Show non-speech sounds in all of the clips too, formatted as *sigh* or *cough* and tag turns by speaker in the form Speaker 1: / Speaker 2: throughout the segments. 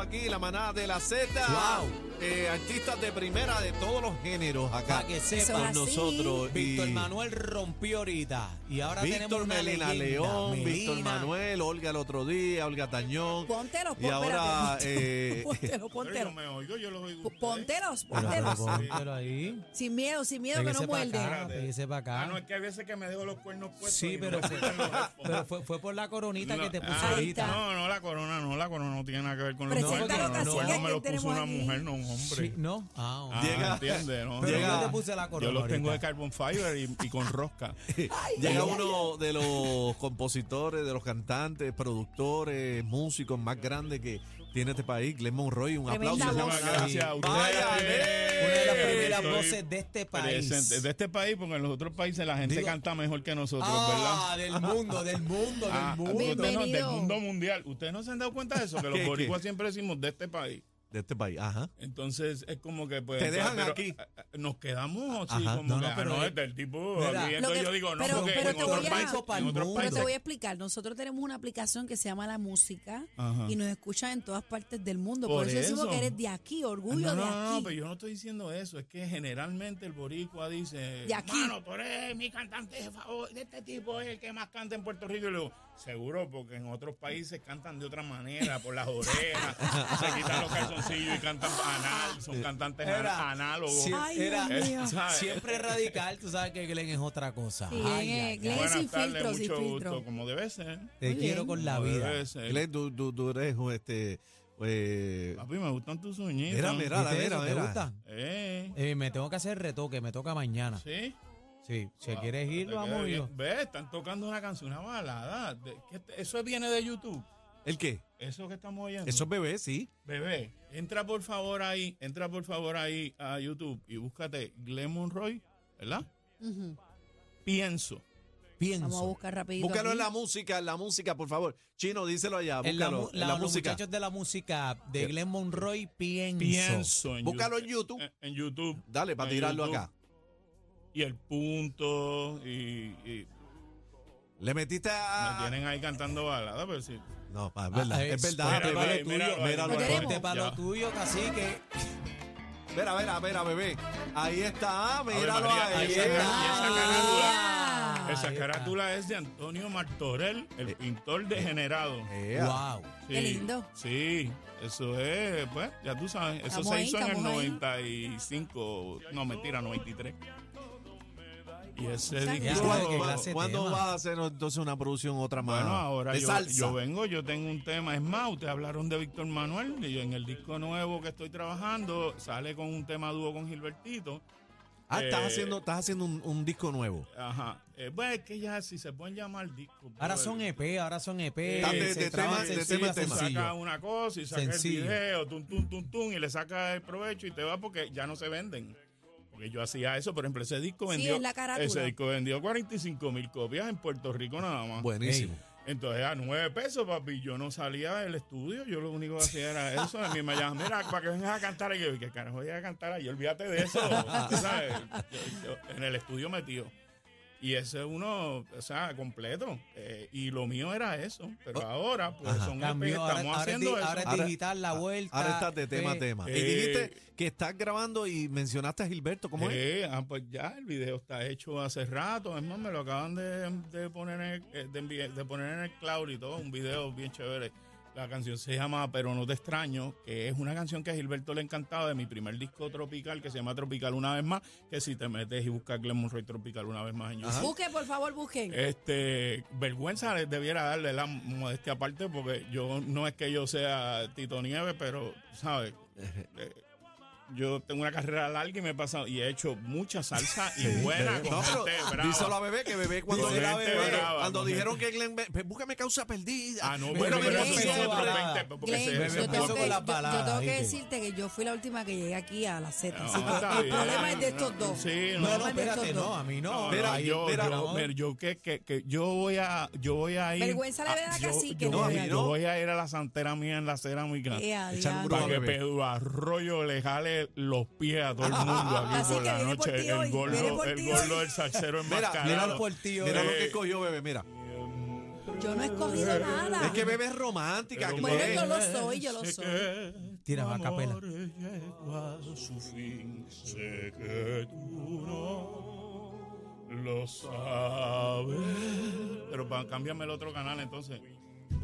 Speaker 1: aquí, la manada de la Z.
Speaker 2: Wow.
Speaker 1: Eh, artistas de primera de todos los géneros acá.
Speaker 2: Para que
Speaker 3: Eso
Speaker 2: sepan
Speaker 3: es así.
Speaker 2: nosotros. Víctor
Speaker 1: Y-
Speaker 2: Manuel rompió ahorita. Y ahora tenemos
Speaker 1: Víctor
Speaker 2: una
Speaker 1: Melina
Speaker 2: leyenda.
Speaker 1: León,
Speaker 2: Melina.
Speaker 1: Víctor Manuel, Olga el otro día, Olga Tañón.
Speaker 3: Póntelos,
Speaker 1: Y ahora,
Speaker 3: espérate,
Speaker 1: eh, *laughs*
Speaker 3: *laughs* póntelos,
Speaker 4: Pero yo no
Speaker 3: póntelos.
Speaker 4: me oigo, yo los oigo.
Speaker 3: P- Póntelos,
Speaker 2: Pero, pero,
Speaker 3: póntelos.
Speaker 2: póntelo ahí.
Speaker 3: Sin miedo, sin miedo que no
Speaker 2: Pégase para
Speaker 3: muerde.
Speaker 2: acá. Pégase para
Speaker 4: Ah, no, es
Speaker 2: acá.
Speaker 4: que hay veces que me dejo los cuernos puestos.
Speaker 2: Sí,
Speaker 4: y
Speaker 2: pero,
Speaker 4: me
Speaker 2: fue,
Speaker 4: ponen los headphones.
Speaker 2: pero fue, fue por la coronita que te
Speaker 4: No,
Speaker 2: puso
Speaker 4: ah,
Speaker 2: ahorita.
Speaker 4: No, no, la corona no, la corona no tiene nada que ver con los
Speaker 3: Presenta
Speaker 4: cuernos.
Speaker 2: la ocasión
Speaker 4: Los cuernos
Speaker 2: que
Speaker 4: me los
Speaker 3: tenemos
Speaker 4: puso una
Speaker 3: aquí.
Speaker 4: mujer, no un hombre.
Speaker 2: Sí, no. Ah,
Speaker 4: Ah,
Speaker 2: ok.
Speaker 1: Llega-
Speaker 4: entiende, ¿no?
Speaker 2: Pero
Speaker 1: llega-
Speaker 2: yo te puse la corona.
Speaker 4: Yo los tengo de
Speaker 2: ahorita. Este
Speaker 4: carbon fiber y, y con
Speaker 2: *laughs*
Speaker 4: rosca.
Speaker 1: Llega uno de los compositores, de los cantantes, productores, músicos más grandes que tiene este país, Glenn Monroy. Un aplauso.
Speaker 3: Tremenda voz.
Speaker 4: Muchísimas gracias a ustedes.
Speaker 1: Vaya, eh. Glenn.
Speaker 2: Una de las primeras
Speaker 4: Estoy
Speaker 2: voces de este país.
Speaker 4: presente. De este país, porque en los otros países la gente
Speaker 2: Digo-
Speaker 4: canta mejor que nosotros, ¿verdad?
Speaker 2: Ah, del mundo, del mundo,
Speaker 4: Ah,
Speaker 2: del
Speaker 4: ustedes
Speaker 2: mundo.
Speaker 4: no- del
Speaker 3: Bienvenido.
Speaker 4: mundo mundial. Ustedes no se han dado cuenta de
Speaker 2: *laughs*
Speaker 4: eso, que
Speaker 1: ¿Qué,
Speaker 4: los
Speaker 1: qué?
Speaker 4: boricuas siempre decimos de este país.
Speaker 1: De este país, ajá.
Speaker 4: Entonces es como que pues
Speaker 1: Te dejan
Speaker 4: pero,
Speaker 1: aquí.
Speaker 4: ah, ah, Nos quedamos así
Speaker 1: Ajá.
Speaker 4: como
Speaker 2: No,
Speaker 4: que
Speaker 2: no,
Speaker 4: ah,
Speaker 2: pero
Speaker 4: no,
Speaker 2: es-
Speaker 4: este, el tipo
Speaker 2: Mira.
Speaker 4: aquí,
Speaker 2: Lo
Speaker 4: entonces
Speaker 3: que-
Speaker 4: yo digo, no,
Speaker 3: pero-
Speaker 4: porque
Speaker 3: pero
Speaker 4: en
Speaker 3: te
Speaker 4: otros
Speaker 3: voy a-
Speaker 4: países, en otros
Speaker 2: Pero
Speaker 3: Pero te
Speaker 4: países.
Speaker 3: voy a explicar. Nosotros tenemos una aplicación que se llama La Música
Speaker 4: Ajá.
Speaker 3: y nos escuchan en todas partes del mundo.
Speaker 4: Por
Speaker 3: Por, eso, decimos
Speaker 4: eso.
Speaker 3: que eres de aquí, orgullo
Speaker 4: No, no,
Speaker 3: de
Speaker 4: no,
Speaker 3: aquí.
Speaker 4: no, pero yo no estoy diciendo eso. Es que generalmente el boricua dice,
Speaker 3: De aquí.
Speaker 4: mano, tú eres mi cantante de favor, de este tipo es el que más canta en Puerto Rico. Y le digo, seguro, porque en otros países cantan de otra manera, por las orejas, *laughs* se quitan los calzoncillos y cantan anal, son cantantes
Speaker 2: Era-
Speaker 4: análogos.
Speaker 2: Sie-
Speaker 3: Ay,
Speaker 2: era-
Speaker 3: Dios
Speaker 4: Es-
Speaker 3: mío.
Speaker 4: ¿sabes?
Speaker 2: Siempre radical, tú sabes que Glenn es otra cosa.
Speaker 3: Sí,
Speaker 2: Ay,
Speaker 3: Glenn es-
Speaker 2: ay, ay.
Speaker 3: Glenn-
Speaker 4: Ah, Buenas
Speaker 3: sin
Speaker 4: tardes,
Speaker 3: filtro,
Speaker 4: mucho
Speaker 3: sin
Speaker 4: gusto,
Speaker 3: filtro.
Speaker 4: como debe ser.
Speaker 2: Te
Speaker 3: Muy
Speaker 2: quiero
Speaker 3: bien.
Speaker 2: con la
Speaker 4: como
Speaker 2: vida.
Speaker 4: debe ser.
Speaker 1: Glenn, tú, tú, tú eres este. eh,
Speaker 4: Papi, me gustan tus uñitas.
Speaker 1: Mira, mira,
Speaker 2: ¿Viste
Speaker 1: mira,
Speaker 2: eso? ¿Te
Speaker 1: mira.
Speaker 2: gusta?
Speaker 4: Eh,
Speaker 2: Eh, me tengo que hacer retoque, me toca mañana.
Speaker 4: ¿Sí? Ah,
Speaker 2: Sí, si
Speaker 4: Wow,
Speaker 2: quieres ir,
Speaker 4: te queda
Speaker 2: vamos.
Speaker 4: bien.
Speaker 2: yo.
Speaker 4: Ve, están tocando una canción, una balada. De- ¿qué te- eso viene de YouTube.
Speaker 1: ¿El qué?
Speaker 4: Eso que estamos oyendo.
Speaker 1: Esos bebés, sí.
Speaker 4: Bebé, entra por favor ahí, entra por favor ahí a YouTube y búscate Glenn Monroy, ¿verdad?
Speaker 3: Ujú.
Speaker 4: Pienso.
Speaker 2: Pienso.
Speaker 3: Vamos a buscar rapidito.
Speaker 1: Búscalo en
Speaker 3: aquí.
Speaker 1: la música, en la música, por favor. Chino, díselo allá.
Speaker 2: En la,
Speaker 1: Búscalo
Speaker 2: mu-
Speaker 1: en
Speaker 2: la-
Speaker 1: la
Speaker 2: los
Speaker 1: música.
Speaker 2: muchachos de la música de Glenn Monroy, pienso.
Speaker 4: Pienso. En
Speaker 1: Búscalo en
Speaker 4: YouTube. Eh,
Speaker 1: YouTube.
Speaker 4: En, en YouTube.
Speaker 1: Dale, para
Speaker 4: en
Speaker 1: tirarlo
Speaker 4: YouTube.
Speaker 1: acá.
Speaker 4: Y el punto. Y, y
Speaker 1: Le metiste a.
Speaker 4: me tienen ahí cantando balada, pero sí.
Speaker 1: No, pa, es verdad.
Speaker 2: Ah,
Speaker 1: es
Speaker 2: es-
Speaker 1: verdad.
Speaker 2: espérate,
Speaker 1: bebé.
Speaker 2: vale,
Speaker 1: Míralo,
Speaker 4: ahí,
Speaker 1: míralo,
Speaker 3: Lo
Speaker 1: ahí.
Speaker 3: tenemos.
Speaker 2: Ponte para
Speaker 4: Ya.
Speaker 2: lo tuyo, cacique.
Speaker 1: Mira, mira, mira, bebé. Ahí está. ah,
Speaker 4: Ave
Speaker 1: Míralo
Speaker 4: María,
Speaker 1: ahí.
Speaker 4: y esa- y esa
Speaker 3: Ah.
Speaker 4: carátula- Esa
Speaker 2: Ahí
Speaker 4: carátula es de Antonio Martorell, el pintor degenerado.
Speaker 1: Ea.
Speaker 2: Wow.
Speaker 3: Qué lindo.
Speaker 4: Sí, eso es, pues, ya tú sabes, eso
Speaker 3: Estamos
Speaker 4: se
Speaker 3: ahí,
Speaker 4: hizo en el
Speaker 3: estamos ahí.
Speaker 4: 95, no mentira, 93. Y ese
Speaker 3: Ya
Speaker 4: disco,
Speaker 2: sabes que
Speaker 1: ¿Cuándo,
Speaker 2: clase de
Speaker 1: cuándo
Speaker 2: tema.
Speaker 1: vas a hacer entonces una producción otra más?
Speaker 4: bueno, ahora
Speaker 1: de
Speaker 4: yo,
Speaker 1: salsa.
Speaker 4: yo vengo, yo tengo un tema, es más, ustedes hablaron de Víctor Manuel, y yo en el disco nuevo que estoy trabajando, sale con un tema dúo con Gilbertito,
Speaker 1: ah, estás
Speaker 4: eh,
Speaker 1: haciendo, estás haciendo un, un disco nuevo.
Speaker 4: ajá, eh, pues es que ya si se pueden llamar discos. pues,
Speaker 2: Ahora
Speaker 4: brother.
Speaker 2: son EP, ahora son EP.
Speaker 4: Están de-
Speaker 2: se
Speaker 4: de
Speaker 2: traban
Speaker 4: tema- de
Speaker 2: sencillo
Speaker 1: tema
Speaker 2: a
Speaker 1: en tema.
Speaker 2: sencillo.
Speaker 4: saca una cosa y saca
Speaker 2: Sencillo.
Speaker 4: el video, tum, tum, tum, tum, y le saca el provecho y te va porque ya no se venden. Porque yo hacía eso, por ejemplo, ese disco
Speaker 3: Sí,
Speaker 4: vendió.
Speaker 3: es la carátula.
Speaker 4: ese disco vendió 45 mil copias en Puerto Rico nada más.
Speaker 1: Buenísimo.
Speaker 4: Entonces a nueve pesos, papi, yo no salía del estudio, yo lo único que hacía era eso. A mí me llamaban, mira, para que vengas a cantar. Y yo, ¿qué carajo voy a cantar ahí? Olvídate de eso. Tú sabes, yo- yo en el estudio metido. Y ese es uno, o sea, completo. Eh, y lo mío era eso. Pero ahora, pues
Speaker 1: Ajá.
Speaker 4: son EP,
Speaker 2: Cambió, ahora,
Speaker 4: estamos
Speaker 2: ahora es di-
Speaker 4: haciendo eso.
Speaker 2: ahora es
Speaker 1: Ahora-
Speaker 2: digital, la vuelta.
Speaker 1: Ah, Ahora estás de tema a
Speaker 2: eh,
Speaker 1: tema. Y
Speaker 4: eh.
Speaker 1: dijiste que estás grabando y mencionaste a Gilberto, ¿cómo es?
Speaker 4: Eh, ah, pues ya, el video está hecho hace rato. Es más, me lo acaban de, de poner, en el- eh, de, envi- de poner en el cloud y todo. Un video bien chévere. La canción se llama Pero no te extraño, que es una canción que a Gilberto le encantaba de mi primer disco tropical, que se llama Tropical una vez más. Que si te metes y buscas Glen Monroy Tropical una vez más en YouTube.
Speaker 3: Busquen, por favor, busquen.
Speaker 4: Este, vergüenza les debiera darle la modestia aparte, porque yo no es que yo sea Tito Nieves, pero, ¿sabes? Eh, Yo tengo una carrera larga y me he pasado y he hecho mucha salsa y buena con
Speaker 1: No, pero
Speaker 4: gente brava.
Speaker 1: díselo a bebé que bebé cuando
Speaker 4: Con
Speaker 1: era
Speaker 4: gente
Speaker 1: bebé,
Speaker 4: brava,
Speaker 1: cuando
Speaker 4: con
Speaker 1: dijeron que Glenn, Be- pues, búscame causa perdida.
Speaker 4: Ah, no,
Speaker 2: Bebé
Speaker 4: bueno, pero eso
Speaker 3: empezó
Speaker 4: son otros
Speaker 2: brava.
Speaker 4: 20, porque
Speaker 3: Glenn,
Speaker 4: se-
Speaker 2: Bebé
Speaker 4: se-
Speaker 3: yo, tengo
Speaker 2: empezó
Speaker 3: que,
Speaker 2: con las
Speaker 3: yo- yo
Speaker 2: baladas,
Speaker 3: tengo que
Speaker 2: ¿viste?
Speaker 3: decirte que yo fui la última que llegué aquí a la Z.
Speaker 4: No,
Speaker 3: así que
Speaker 4: Ah, está
Speaker 3: el
Speaker 4: bien.
Speaker 3: problema es de estos dos.
Speaker 4: Sí,
Speaker 3: El
Speaker 4: no,
Speaker 2: No, no,
Speaker 3: problema es de estos
Speaker 2: espérate,
Speaker 3: dos.
Speaker 2: no, a mí no.
Speaker 4: pues, No,
Speaker 1: Espera,
Speaker 4: no,
Speaker 2: ahí-
Speaker 4: yo,
Speaker 1: espera,
Speaker 4: yo,
Speaker 2: vamos.
Speaker 4: mira, yo que, que, que yo voy a, yo voy a ir.
Speaker 3: Vergüenza le
Speaker 4: a-
Speaker 3: voy a dar a
Speaker 4: yo-
Speaker 3: Cacique,
Speaker 4: yo,
Speaker 1: no, a mí
Speaker 4: voy-
Speaker 1: no.
Speaker 4: yo voy a ir a la santera mía en la cerámica.
Speaker 3: Eh, a
Speaker 1: Echar un
Speaker 3: diablo.
Speaker 1: Prueba,
Speaker 4: Para que
Speaker 1: bebé.
Speaker 4: Pedro Arroyo le jale los pies a todo el
Speaker 3: *laughs*
Speaker 4: mundo aquí
Speaker 3: Así
Speaker 4: por
Speaker 3: que
Speaker 4: la
Speaker 3: viene por
Speaker 4: noche.
Speaker 3: ti hoy, viene
Speaker 4: el gordo,
Speaker 3: por
Speaker 4: el
Speaker 3: ti
Speaker 4: gordo
Speaker 3: hoy.
Speaker 4: del salsero
Speaker 1: Mira,
Speaker 4: enmascarado.
Speaker 1: mira,
Speaker 2: por ti,
Speaker 1: mira lo
Speaker 4: bebé.
Speaker 1: que cogió bebé, mira.
Speaker 3: Yo no he escogido nada.
Speaker 1: Es que bebé es romántica.
Speaker 4: Pero
Speaker 1: ¿qué
Speaker 3: Bueno,
Speaker 1: es?
Speaker 3: yo lo soy, yo lo
Speaker 4: Sé
Speaker 3: soy.
Speaker 4: que
Speaker 2: Tira,
Speaker 4: tu
Speaker 2: va,
Speaker 4: amor
Speaker 2: capela.
Speaker 4: llegó a su fin. Sé que tú no lo sabes. Pero pa- cámbiame el otro canal entonces.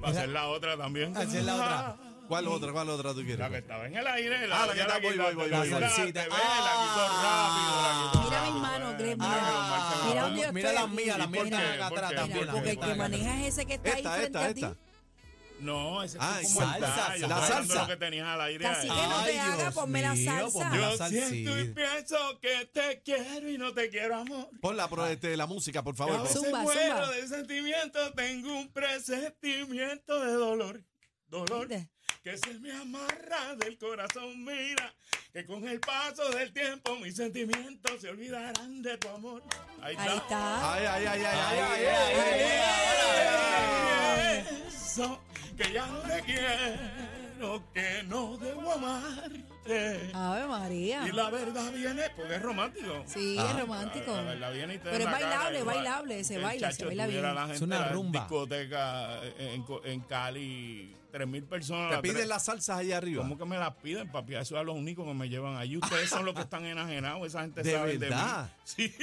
Speaker 4: Para hacer la otra también.
Speaker 2: Así es la otra.
Speaker 1: ¿Cuál otra? ¿Cuál otra tú quieres?
Speaker 4: *laughs* La que estaba en el aire.
Speaker 1: Ah, la que
Speaker 4: ya
Speaker 1: está- voy, voy, voy, voy, Ah.
Speaker 4: quitaste, la
Speaker 1: voy.
Speaker 4: quitaste,
Speaker 2: Salsita.
Speaker 4: ve, La quitó rápido. la quitó
Speaker 3: Mira mis
Speaker 4: rápido,
Speaker 3: manos,
Speaker 4: ve.
Speaker 3: Greg,
Speaker 4: Ah, Mira
Speaker 3: mira.
Speaker 4: que los marcha
Speaker 3: Mira
Speaker 4: la
Speaker 3: dónde yo
Speaker 4: mano.
Speaker 2: Mira
Speaker 3: estoy
Speaker 2: las
Speaker 3: aquí.
Speaker 2: mías, las
Speaker 4: ¿Y
Speaker 2: mías
Speaker 4: por qué?
Speaker 2: están acá
Speaker 4: ¿Por
Speaker 2: atrás
Speaker 4: qué?
Speaker 2: también. las
Speaker 4: ¿Por
Speaker 2: mías
Speaker 3: Porque el que
Speaker 4: esta,
Speaker 2: están acá atrás.
Speaker 3: maneja es ese que está ahí
Speaker 1: Esta,
Speaker 3: frente
Speaker 1: esta,
Speaker 3: a ti.
Speaker 1: esta.
Speaker 4: No, ese es
Speaker 1: Ah,
Speaker 4: como
Speaker 2: salsa,
Speaker 4: el tallo,
Speaker 1: la
Speaker 4: estoy hablando
Speaker 1: salsa.
Speaker 4: lo que tenías al aire.
Speaker 3: Casi que
Speaker 4: ahí.
Speaker 3: no te
Speaker 2: Ay,
Speaker 3: haga,
Speaker 2: Dios
Speaker 3: ponme la
Speaker 2: mío,
Speaker 3: salsa.
Speaker 2: ponme la
Speaker 4: Yo siento y
Speaker 2: salsita.
Speaker 4: pienso que te quiero y no te quiero, amor.
Speaker 1: Pon la, pro- este, la música, por
Speaker 4: A
Speaker 1: favor.
Speaker 4: veces
Speaker 3: Zumba,
Speaker 4: muero
Speaker 3: zumba.
Speaker 4: de sentimiento, tengo un presentimiento de dolor. Dolor
Speaker 3: ¿Viste?
Speaker 4: que se me amarra del corazón, mira. Que con el paso del tiempo mis sentimientos se olvidarán de tu amor. Ahí
Speaker 3: Ahí
Speaker 4: está.
Speaker 3: está.
Speaker 1: Ay, ay, ay, ay, ay, ay, ay, ay,
Speaker 4: Ahora pienso que ya no te quiero, que no debo amarte.
Speaker 3: Ave María.
Speaker 4: Y la verdad viene, porque es romántico.
Speaker 3: Sí,
Speaker 1: Ah.
Speaker 3: es romántico.
Speaker 4: La verdad viene y te
Speaker 3: Pero es
Speaker 4: da la cara
Speaker 3: bailable,
Speaker 4: y va.
Speaker 3: bailable, se
Speaker 4: Que el
Speaker 3: baila, se
Speaker 4: chacho
Speaker 3: baila bien.
Speaker 4: tuviera la
Speaker 2: Es
Speaker 4: gente
Speaker 2: una
Speaker 4: en la
Speaker 2: rumba.
Speaker 4: discoteca eh, en, Co- en Cali, 3.000 personas.
Speaker 1: Te piden
Speaker 4: tres-
Speaker 1: las salsas allá arriba.
Speaker 4: ¿Cómo que me las piden, papi? Eso es lo único que me llevan allí. Ustedes son los que están enajenados,
Speaker 2: *laughs*
Speaker 4: esa gente
Speaker 1: De
Speaker 4: sabe de
Speaker 1: verdad.
Speaker 4: mí. Sí.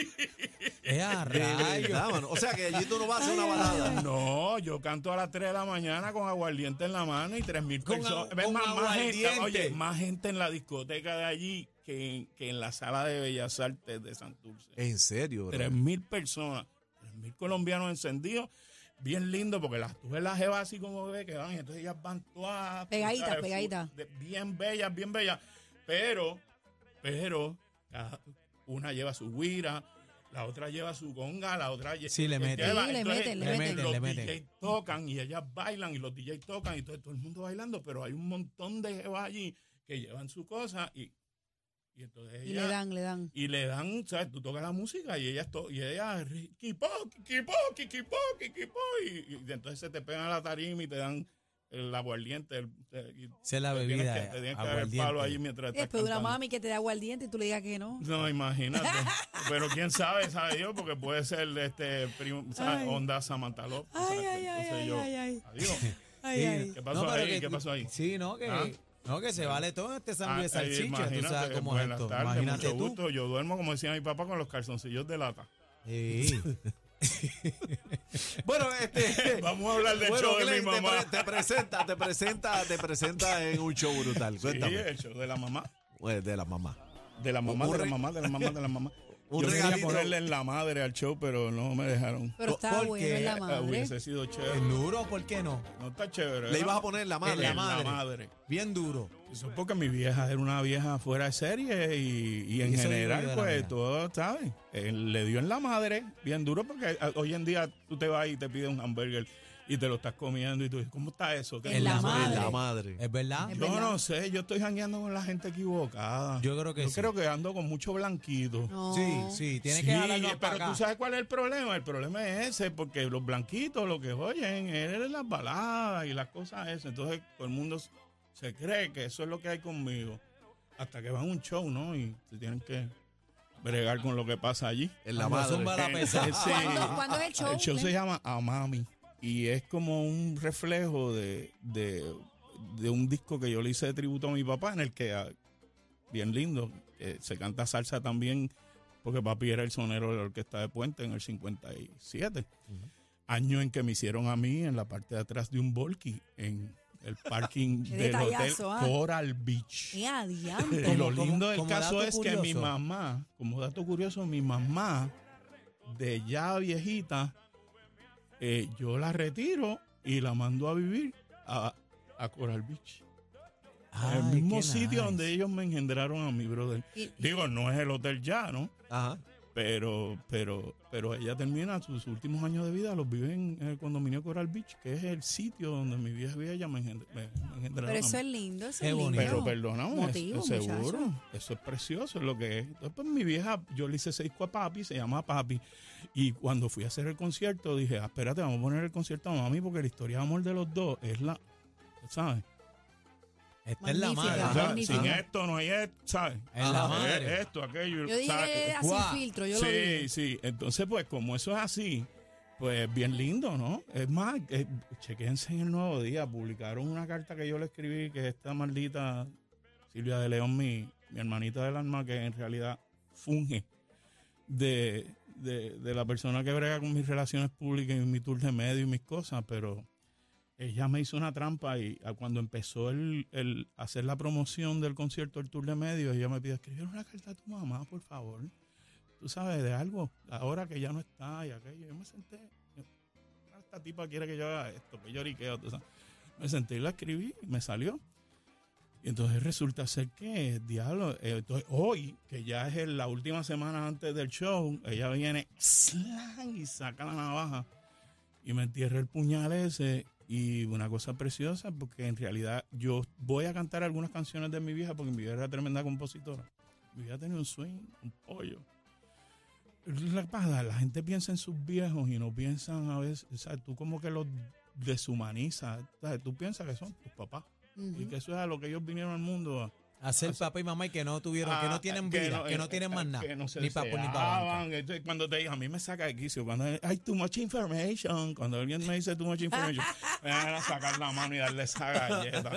Speaker 2: Es
Speaker 4: *laughs*
Speaker 2: a
Speaker 1: De verdad,
Speaker 2: rayos.
Speaker 1: mano. O sea que allí tú no vas a hacer una balada.
Speaker 4: No, yo canto a las 3 de la mañana con aguardiente en la mano y 3.000
Speaker 2: Con
Speaker 4: personas.
Speaker 2: agu-
Speaker 4: Ves,
Speaker 2: con
Speaker 4: más, más gente,
Speaker 2: aguardiente.
Speaker 4: oye, más gente en la discoteca de allí que en, que en la sala de Bellas Artes de Santurce.
Speaker 1: En serio, bro.
Speaker 4: Tres mil personas, tres mil colombianos encendidos, bien lindo, porque las tú ves las jevas así como bebé que van, y entonces ellas van todas
Speaker 3: Pegaditas,
Speaker 4: ¿sabes?
Speaker 3: pegaditas.
Speaker 4: de- bien bellas, bien bellas, pero, pero cada- una lleva su guira, la otra lleva su conga, la otra lle-
Speaker 2: Sí, le meten.
Speaker 4: lleva-
Speaker 3: Sí, le
Speaker 4: entonces,
Speaker 3: meten, le
Speaker 4: los
Speaker 2: meten. Le meten.
Speaker 4: DJs tocan y ellas bailan y los DJs tocan y todo, todo el mundo bailando, pero hay un montón de jevas allí que llevan su cosa y, y entonces
Speaker 3: Y
Speaker 4: ellas-
Speaker 3: le dan, le dan.
Speaker 4: y le dan, ¿sabes? Tú tocas la música y ella, to y ella, kipó, kipó, kipó, kipó, y, y entonces se te pegan a la tarima y te dan el aguardiente. El, el- y
Speaker 2: Esa es la
Speaker 4: te tienes
Speaker 2: bebida.
Speaker 4: que- te tienes que dar el palo ahí
Speaker 2: aguardiente.
Speaker 4: mientras estás
Speaker 3: Después de una
Speaker 4: cantando.
Speaker 3: mami que te da aguardiente y tú le digas que no.
Speaker 4: No, imagínate.
Speaker 3: *laughs*
Speaker 4: Pero quién sabe, sabe yo, porque puede ser de este prim- ¿sabes?
Speaker 3: Ay.
Speaker 4: onda Samantha López.
Speaker 3: Ay,
Speaker 4: ¿sabes?
Speaker 3: ay, ay,
Speaker 4: Entonces
Speaker 3: ay,
Speaker 4: yo,
Speaker 3: ay, ay.
Speaker 2: *laughs*
Speaker 4: adiós.
Speaker 3: Ay, ay.
Speaker 4: ¿Qué pasó
Speaker 2: pero
Speaker 4: ahí? ¿Qué pasó ahí?
Speaker 2: Sí, no, que,
Speaker 4: ¿Ah?
Speaker 2: no, que se vale todo en este sándwich
Speaker 4: Ah, eh,
Speaker 2: de salchicha. Tú
Speaker 4: imagínate,
Speaker 2: sabes cómo es
Speaker 4: buenas
Speaker 2: esto.
Speaker 4: tardes,
Speaker 2: Imagínate
Speaker 4: mucho
Speaker 2: tú.
Speaker 4: gusto. Yo duermo, como decía mi papá, con los calzoncillos
Speaker 2: *laughs*
Speaker 4: de lata.
Speaker 2: Sí.
Speaker 1: Bueno, este.
Speaker 4: Vamos a hablar del
Speaker 1: bueno,
Speaker 4: show de
Speaker 1: Glenn,
Speaker 4: mi
Speaker 1: te,
Speaker 4: mamá.
Speaker 2: pues,
Speaker 1: pre- te presenta, te presenta, te presenta en un show brutal.
Speaker 4: Sí,
Speaker 1: Cuéntame.
Speaker 4: el show de la mamá.
Speaker 1: Pues, de la mamá.
Speaker 4: De la mamá,
Speaker 1: Un
Speaker 4: de la
Speaker 1: re-
Speaker 4: mamá, de la mamá, de la mamá.
Speaker 1: *laughs* Un
Speaker 4: Yo quería
Speaker 1: regalito.
Speaker 4: ponerle en la madre al show, pero no me dejaron.
Speaker 3: Pero está
Speaker 2: ¿Por
Speaker 3: bueno
Speaker 2: qué?
Speaker 3: en la
Speaker 2: Ah,
Speaker 4: Ah,
Speaker 3: madre.
Speaker 4: hubiese sido chévere.
Speaker 2: Es duro, ¿por qué no?
Speaker 4: No está chévere.
Speaker 1: Le
Speaker 4: ¿no?
Speaker 1: ibas a poner la
Speaker 4: En
Speaker 1: madre.
Speaker 4: la madre.
Speaker 2: Bien duro.
Speaker 4: Eso es porque mi vieja era una vieja fuera de serie y, y en
Speaker 2: Y eso
Speaker 4: general,
Speaker 2: vive de la
Speaker 4: pues,
Speaker 2: vieja.
Speaker 4: todo, ¿sabes? Eh, le dio en la madre, bien duro, porque ah, hoy en día tú te vas y te pides un hamburger y te lo estás comiendo y tú dices, ¿cómo está eso? ¿Qué
Speaker 3: En la
Speaker 4: es eso?"
Speaker 1: En
Speaker 3: madre.
Speaker 1: la madre.
Speaker 2: ¿Es verdad?
Speaker 3: Es
Speaker 4: Yo
Speaker 3: verdad.
Speaker 4: no sé, yo estoy jangueando con la gente equivocada.
Speaker 2: Yo creo que
Speaker 4: Yo
Speaker 2: sí.
Speaker 4: creo que ando con mucho blanquito.
Speaker 3: No.
Speaker 2: Sí, sí, tiene
Speaker 4: Sí,
Speaker 2: que jalarnos para
Speaker 4: pero
Speaker 2: acá.
Speaker 4: tú sabes cuál es el problema. El problema es ese, porque los blanquitos lo que oyen es las baladas y las cosas esas. Entonces todo el mundo se cree que eso es lo que hay conmigo. Hasta que van a un show, ¿no? Y se tienen que bregar con lo que pasa allí.
Speaker 1: En la
Speaker 2: Cuando
Speaker 1: madre.
Speaker 2: zumba la pesa.
Speaker 4: Entonces, *laughs* sí.
Speaker 3: ¿Cuándo, cuándo es el show?
Speaker 4: Ah, El show
Speaker 3: Glenn?
Speaker 4: se llama Amami y es como un reflejo de, de- de un disco que yo le hice de tributo a mi papá en el que, ah, bien lindo, eh, se canta salsa también porque papi era el sonero de la orquesta de Puente en el 57, año en que me hicieron a mí en la parte de atrás de un volky en el parking
Speaker 3: *laughs* Qué
Speaker 4: del hotel
Speaker 3: detallazo, ah.
Speaker 4: Coral Beach.
Speaker 3: ¡Eh, a diantre!
Speaker 4: Y lo
Speaker 2: Como-
Speaker 4: lindo del
Speaker 2: como
Speaker 4: caso
Speaker 2: dato
Speaker 4: es que mi
Speaker 2: curioso.
Speaker 4: mamá, como dato curioso, mi mamá, de ya viejita, eh, yo la retiro y la mando a vivir a, a Coral Beach.
Speaker 2: Ay,
Speaker 4: el mismo
Speaker 2: qué
Speaker 4: sitio
Speaker 2: nice.
Speaker 4: donde ellos me engendraron a mi brother.
Speaker 3: Y-
Speaker 4: Digo, no es el hotel ya, ¿no?
Speaker 1: Ajá.
Speaker 4: Pero, pero, pero ella termina sus últimos años de vida, los vive en el condominio Coral Beach, que es el sitio donde mi vieja vieja me, engend- me- me engendraron.
Speaker 3: Pero
Speaker 4: a mí.
Speaker 3: eso es lindo, eso
Speaker 2: Qué
Speaker 3: es lindo.
Speaker 2: bonito.
Speaker 4: Pero perdóname,
Speaker 3: Motivo,
Speaker 4: es- es seguro.
Speaker 3: muchacho.
Speaker 4: Eso es precioso, es lo que es. Entonces, pues, mi vieja, yo le hice seisco a papi, se llama papi. Y cuando fui a hacer el concierto, dije, ah, espérate, vamos a poner el concierto a mami, porque la historia de amor de los dos es la. ¿Sabes?
Speaker 2: Esta es la
Speaker 3: Magnífica,
Speaker 2: madre.
Speaker 4: O sea,
Speaker 3: magnífico.
Speaker 4: sin esto no hay esto, ¿sabes?
Speaker 2: Es la
Speaker 1: Ajá.
Speaker 4: Eh,
Speaker 2: madre.
Speaker 4: Esto, aquello.
Speaker 3: Yo dije
Speaker 4: ¿sabes?
Speaker 3: así
Speaker 2: Guau.
Speaker 3: filtro, yo lo
Speaker 4: sí,
Speaker 3: dije.
Speaker 4: sí. Entonces, pues, como eso es así, Pues bien lindo, ¿no? Es más, eh, chequense en el nuevo día. Publicaron una carta que yo le escribí que esta maldita Silvia de León, mi, mi hermanita del alma, que en realidad funge de, de- de la persona que brega con mis relaciones públicas y mi tour de medio y mis cosas, pero ella me hizo una trampa y a- cuando empezó el, el hacer la promoción del concierto, el tour de medio, ella me pidió escribir una carta a tu mamá, por favor tú sabes, de algo, ahora que ya no está y aquello, yo me senté, yo, "Ah, esta tipa quiere que yo haga esto, que yo lloriqueo, tú sabes. Me senté y la escribí, y me salió. Y entonces resulta ser que, diablo, eh, entonces hoy, que ya es el- la última semana antes del show, ella viene slang, y saca la navaja y me entierra el puñal ese. Y una cosa preciosa, porque en realidad yo voy a cantar algunas canciones de mi vieja, porque mi vieja era tremenda compositora. Mi vieja tenía un swing, un pollo. La, pasa, la gente piensa en sus viejos y no piensan a veces, o sea, tú como que los deshumanizas, o sea, tú piensas que son tus papás y
Speaker 3: Ujú.
Speaker 4: que eso es a lo que ellos vinieron al mundo a,
Speaker 2: Hacer papá y mamá y que no tuvieron, que no tienen
Speaker 4: que
Speaker 2: vida, que no
Speaker 4: eh,
Speaker 2: tienen más
Speaker 4: eh,
Speaker 2: nada.
Speaker 4: que no se
Speaker 2: ni papá ni papá.
Speaker 4: deseaban. Entonces, cuando te digo, a mí me saca de quicio, cuando hay too much information, cuando alguien me dice too much information, me van a sacar la mano y darle esa
Speaker 3: *laughs*
Speaker 4: galleta.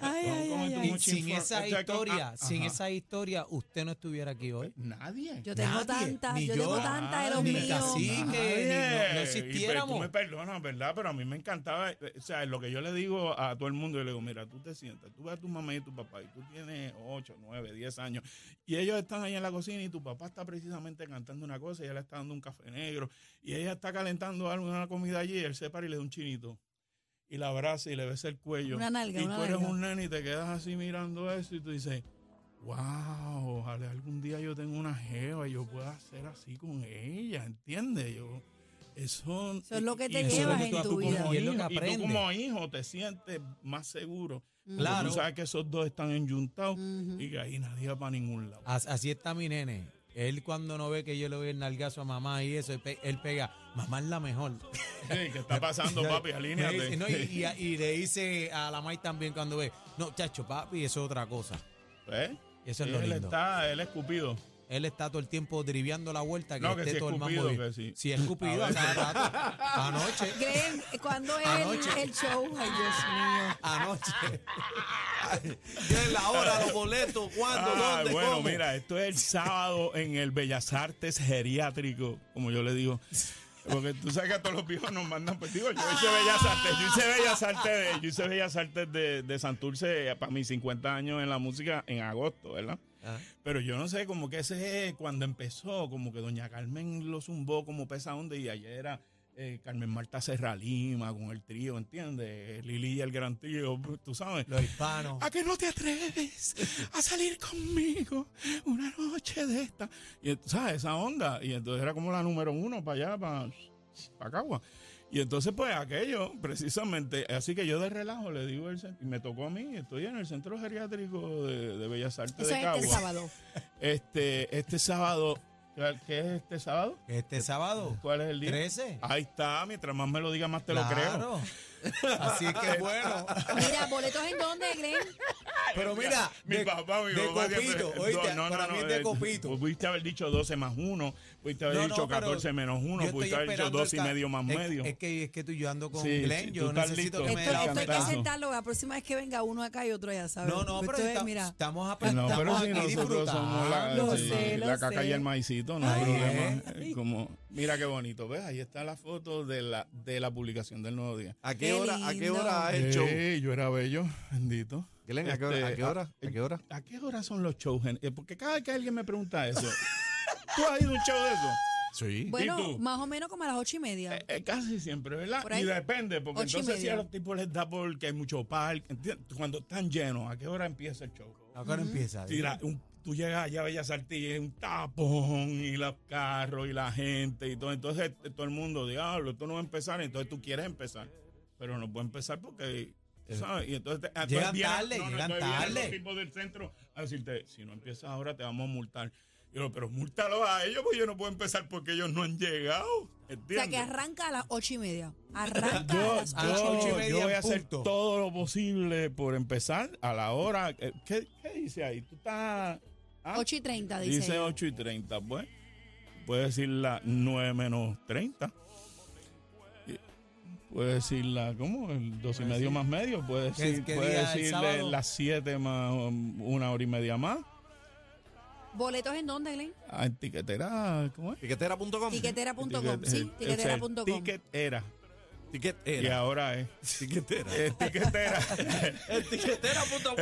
Speaker 3: Ay,
Speaker 4: Como-
Speaker 3: ay,
Speaker 4: como
Speaker 3: ay,
Speaker 4: tú
Speaker 3: ay.
Speaker 4: mucho
Speaker 2: sin
Speaker 4: inform-
Speaker 2: esa
Speaker 4: o sea, con-
Speaker 2: historia,
Speaker 4: ah,
Speaker 2: sin
Speaker 4: ajá.
Speaker 2: esa historia, usted no estuviera aquí hoy.
Speaker 4: Nadie.
Speaker 3: Yo tengo
Speaker 2: Nadie,
Speaker 3: tantas,
Speaker 2: ni
Speaker 3: yo,
Speaker 2: yo,
Speaker 3: tengo tantas de lo
Speaker 2: ni
Speaker 3: mío.
Speaker 2: cacique. ni- no- no
Speaker 4: Nadie.
Speaker 2: existiéramos.
Speaker 4: Y, pues, tú me perdonas, ¿verdad? Pero a mí me encantaba, eh, o sea, lo que yo le digo a todo el mundo, yo le digo, mira, tú te sientas, tú ves a tu mamá y tu papá, y tú tienes 8, 9, 10 años, y ellos están ahí en la cocina y tu papá está precisamente cantando una cosa, y ella le está dando un café negro, y ella está calentando algo, una comida allí, y él se para y le da un chinito. Y la abraza y le besa el cuello.
Speaker 3: Una nalga,
Speaker 4: y
Speaker 3: una
Speaker 4: tú eres
Speaker 3: nalga.
Speaker 4: un nene y te quedas así mirando eso y tú dices, wow, ojalá algún día yo tenga una jeva y yo pueda hacer así con ella, ¿entiendes? Yo, eso,
Speaker 3: Eso es lo que te
Speaker 4: y eso es
Speaker 3: llevas
Speaker 4: que
Speaker 3: en
Speaker 4: tú-
Speaker 3: tu
Speaker 4: tú como
Speaker 3: vida.
Speaker 2: Y es lo que
Speaker 4: hijo- y tú
Speaker 2: aprendes.
Speaker 4: como hijo te sientes más seguro.
Speaker 3: Ujú.
Speaker 2: Claro.
Speaker 4: Tú sabes que esos dos están enyuntados
Speaker 3: Ujú.
Speaker 4: y que ahí nadie va para ningún lado.
Speaker 2: As- Así está mi nene. Él cuando no ve que yo le doy el nalgazo a mamá y eso, él, pe- él pega, mamá es la mejor.
Speaker 4: Sí, ¿Qué *laughs*
Speaker 2: *laughs*
Speaker 4: está pasando, papi?
Speaker 2: Me
Speaker 4: Alíneate.
Speaker 2: dice- no, pues, y, y a- y le dice a la May también cuando ve, no, chacho, papi, eso es otra cosa.
Speaker 4: ¿Eh?
Speaker 2: Eso es
Speaker 4: Sí,
Speaker 2: lo
Speaker 4: él
Speaker 2: lindo.
Speaker 4: está, él es cupido.
Speaker 2: Él está todo el tiempo driviando la vuelta que
Speaker 4: No, que
Speaker 2: esté
Speaker 4: si
Speaker 2: todo el
Speaker 4: escupido,
Speaker 2: mambo. bien.
Speaker 4: que sí.
Speaker 2: Si es escupido,
Speaker 4: *laughs* A
Speaker 2: a cada rato. Anoche,
Speaker 3: *laughs* Graham, ¿cuándo es el,
Speaker 2: Anoche.
Speaker 3: el show? Ay, Dios mío.
Speaker 4: *laughs*
Speaker 2: anoche.
Speaker 1: ¿Qué es la hora, los boletos? ¿Cuándo?
Speaker 4: Ah,
Speaker 1: ¿Dónde?
Speaker 4: bueno,
Speaker 1: cómo?
Speaker 4: mira, esto es el sábado en el Bellas Artes Geriátrico, como yo le digo. Porque tú sabes que a todos los viejos nos mandan, pues digo, yo hice Bellas Artes, yo hice Bellas Artes de, yo hice Bellas Artes de, de Santurce eh, para mis 50 años en la música en agosto, ¿verdad?
Speaker 2: Ah.
Speaker 4: Pero yo no sé, como que ese es cuando empezó, como que Doña Carmen lo zumbó como pesa onda y ayer era eh, Carmen Marta Serralima con el trío, ¿entiendes? Lili y el gran trío, tú sabes.
Speaker 2: Los hispanos.
Speaker 4: ¿A que no te atreves a salir conmigo una noche de esta? Y ent- ¿sabes? Esa onda. Y entonces era como la número uno para allá, para, para Cagua. Y entonces, pues aquello, precisamente. Así que yo de relajo le digo, el, cen- y me tocó a mí, estoy en el centro geriátrico de, de Bellas Artes
Speaker 3: Eso
Speaker 4: de
Speaker 3: es
Speaker 4: Cagua.
Speaker 3: este sábado.
Speaker 4: Este, este sábado, ¿qué es este sábado?
Speaker 2: Este sábado,
Speaker 4: ¿Cuál es el día?
Speaker 2: 13.
Speaker 4: Ahí está, mientras más me lo diga, más te lo creo.
Speaker 2: Claro. Así es que es bueno.
Speaker 3: Mira, ¿boletos en dónde, Graham?
Speaker 4: *laughs*
Speaker 2: Pero mira,
Speaker 4: mi
Speaker 2: de-
Speaker 4: papá, mi
Speaker 2: de
Speaker 4: papá. que-
Speaker 2: copito, oíste, para mí es de
Speaker 4: eh,
Speaker 2: copito.
Speaker 4: Pudiste haber dicho 12 más 1, pudiste haber
Speaker 2: No, no,
Speaker 4: dicho
Speaker 2: pero
Speaker 4: 14 menos 1,
Speaker 2: yo
Speaker 4: pudiste
Speaker 2: estoy
Speaker 4: haber dicho
Speaker 2: esperando el
Speaker 4: 12 y
Speaker 2: ca-
Speaker 4: medio más
Speaker 2: es,
Speaker 4: medio.
Speaker 2: Es que, es que tú y yo ando con
Speaker 4: Sí,
Speaker 2: Glenn,
Speaker 4: sí, tú
Speaker 2: yo
Speaker 4: estás
Speaker 2: necesito
Speaker 4: listo.
Speaker 2: que me dé
Speaker 3: Esto,
Speaker 2: la
Speaker 3: esto hay que
Speaker 4: cantando.
Speaker 2: mano.
Speaker 3: sentarlo. La próxima vez que venga uno acá y otro allá, ¿sabes?
Speaker 2: No, no,
Speaker 3: Esto
Speaker 2: pero
Speaker 3: es,
Speaker 2: esta-
Speaker 3: mira. Ah,
Speaker 2: estamos a
Speaker 4: No, pero
Speaker 2: estamos
Speaker 4: si
Speaker 2: aquí
Speaker 4: nosotros somos la,
Speaker 2: disfrutando.
Speaker 3: Lo
Speaker 4: sí,
Speaker 3: sé, lo
Speaker 4: la caca
Speaker 3: sé.
Speaker 4: y el maicito, no hay
Speaker 2: Ay,
Speaker 4: problema.
Speaker 3: ay.
Speaker 4: Eh, Como, mira qué bonito, ¿ves? Ahí está la foto de la, de la publicación del nuevo día.
Speaker 1: ¿A
Speaker 3: Qué
Speaker 1: qué hora, ¿A qué
Speaker 3: lindo.
Speaker 1: hora es el
Speaker 4: Eh,
Speaker 1: show?
Speaker 4: yo era bello, bendito.
Speaker 1: Glenn, ¿a qué hora? ¿A
Speaker 4: Este,
Speaker 1: qué hora? ¿A qué hora?
Speaker 4: ¿A qué hora son los shows? gen- eh, Porque cada vez que alguien me pregunta eso, *laughs* ¿tú has ido a un show de eso?
Speaker 1: Sí.
Speaker 3: Bueno,
Speaker 4: tú?
Speaker 3: más o menos como a las ocho y media.
Speaker 4: Eh, eh, casi siempre, ¿verdad?
Speaker 3: Por ahí,
Speaker 4: y depende, porque
Speaker 3: ocho y
Speaker 4: entonces si
Speaker 3: media.
Speaker 4: a los tipos les da porque hay mucho parque, ¿entiendes? cuando están llenos, ¿a qué hora empieza el show?
Speaker 2: Acá no empieza.
Speaker 4: Si la- un- tú llegas allá a Bellas Artes y es un tapón y los carros y la gente y todo, entonces eh, todo el mundo, diablo, esto no va a empezar, entonces tú quieres empezar, pero no puede empezar porque... ¿sabes? Y entonces, te- ah, pues entonces
Speaker 2: Eh, Llegan
Speaker 4: vienen-
Speaker 2: tarde, llegan
Speaker 4: entonces vienen
Speaker 2: tarde.
Speaker 4: Los tipos del centro a decirte, si no empiezas ahora te vamos a multar. Y yo, pero múltalos a ellos, pues yo no puedo empezar porque ellos no han llegado.
Speaker 3: o sea, que
Speaker 4: ¿entiendes?
Speaker 3: arranca a las ocho y media. Arranca
Speaker 4: Yo,
Speaker 3: a las
Speaker 2: a las
Speaker 3: ocho.
Speaker 2: ocho y
Speaker 4: yo,
Speaker 2: media
Speaker 4: yo voy
Speaker 2: en
Speaker 4: a hacer
Speaker 2: punto.
Speaker 4: todo lo posible por empezar a la hora. eh, ¿Qué, qué dice ahí? ¿Tú estás.? ah?
Speaker 3: Ocho y treinta, dice.
Speaker 4: dice
Speaker 3: ella.
Speaker 4: 8 y 30. Pues, puedes decir la 9 menos 30. Puede decirla, ¿cómo? El dos y medio más medio. Puede,
Speaker 2: ¿Qué-
Speaker 4: decir,
Speaker 2: qué
Speaker 4: puede
Speaker 2: día? ¿El
Speaker 4: decirle
Speaker 2: sábado?
Speaker 4: las siete más um, una hora y media más.
Speaker 3: ¿Boletos en dónde, Glenn?
Speaker 4: Ah, en tiquetera, ¿cómo es?
Speaker 1: Tiquetera.com.
Speaker 3: Tiquetera.com,
Speaker 4: *laughs*
Speaker 3: sí,
Speaker 4: Tiquet- eh, es el
Speaker 3: tiquetera.com.
Speaker 4: Tiquetera. Y
Speaker 1: Tiquetera.
Speaker 4: ahora es.
Speaker 1: Tiquetera.
Speaker 4: es tiquetera.
Speaker 2: *laughs*
Speaker 1: El tiquetera.com.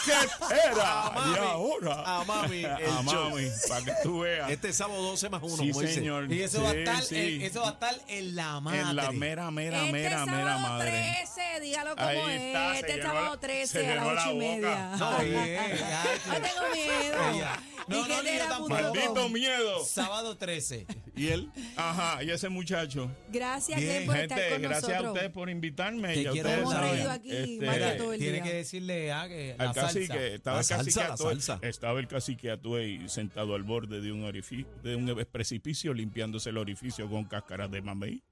Speaker 4: tiquetera.
Speaker 1: A mami.
Speaker 4: Y ahora.
Speaker 1: A mami, el
Speaker 4: A
Speaker 1: show.
Speaker 4: Ah, mami. Para que tú veas.
Speaker 1: Este sábado 12 más 1,
Speaker 4: sí, señor.
Speaker 2: Y eso, va a
Speaker 4: Sí,
Speaker 2: estar,
Speaker 4: sí.
Speaker 2: en- eso va a estar en la madre.
Speaker 4: En la mera, mera,
Speaker 3: este
Speaker 4: mera,
Speaker 3: sábado
Speaker 4: mera madre.
Speaker 3: 13, dígalo como
Speaker 4: Ahí
Speaker 3: es.
Speaker 4: está, se
Speaker 3: este
Speaker 4: llenó
Speaker 3: sábado
Speaker 4: la-
Speaker 3: 13
Speaker 4: se
Speaker 3: a las
Speaker 4: llenó la
Speaker 3: 8 y
Speaker 2: No,
Speaker 3: *laughs* media.
Speaker 4: boca.
Speaker 2: bien, ya,
Speaker 3: No tengo miedo.
Speaker 2: ya. No, no, ni yo tampoco.
Speaker 3: Tiquetera.com.
Speaker 4: Maldito miedo.
Speaker 2: Sábado 13.
Speaker 1: ¿Y él?
Speaker 4: Ajá, y ese muchacho.
Speaker 3: Gracias, Glenn, por
Speaker 4: Gente,
Speaker 3: estar con
Speaker 4: gracias
Speaker 3: nosotros.
Speaker 4: a ustedes por invitarme.
Speaker 2: Te
Speaker 4: y a
Speaker 2: quiero
Speaker 4: ustedes
Speaker 2: mucho. Hemos
Speaker 4: saben, Este,
Speaker 2: reído
Speaker 3: aquí, más que todo el
Speaker 2: Eh, Tiene
Speaker 3: día.
Speaker 2: que decirle a que la
Speaker 4: al
Speaker 2: salsa.
Speaker 4: cacique, estaba
Speaker 1: La
Speaker 4: el cacique
Speaker 1: salsa, la
Speaker 4: Atuey-
Speaker 1: salsa.
Speaker 4: estaba el cacique Atuey sentado al borde de un orificio, de un precipicio limpiándose el orificio con cáscaras de mamey.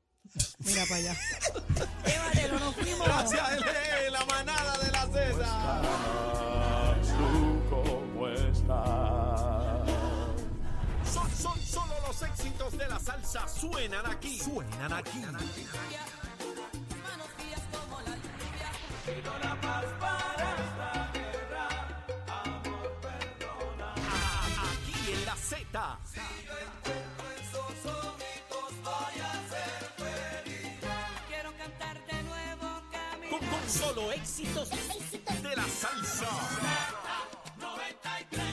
Speaker 3: Mira para allá. *laughs* Llévatelo, nos fuimos.
Speaker 1: LE, la manada de la César. Son, son solo los éxitos de la salsa. Suenan aquí. Suenan aquí. Aquí en la Z.
Speaker 5: Quiero cantar de nuevo, Camila.
Speaker 1: Con, con solo éxitos de la salsa.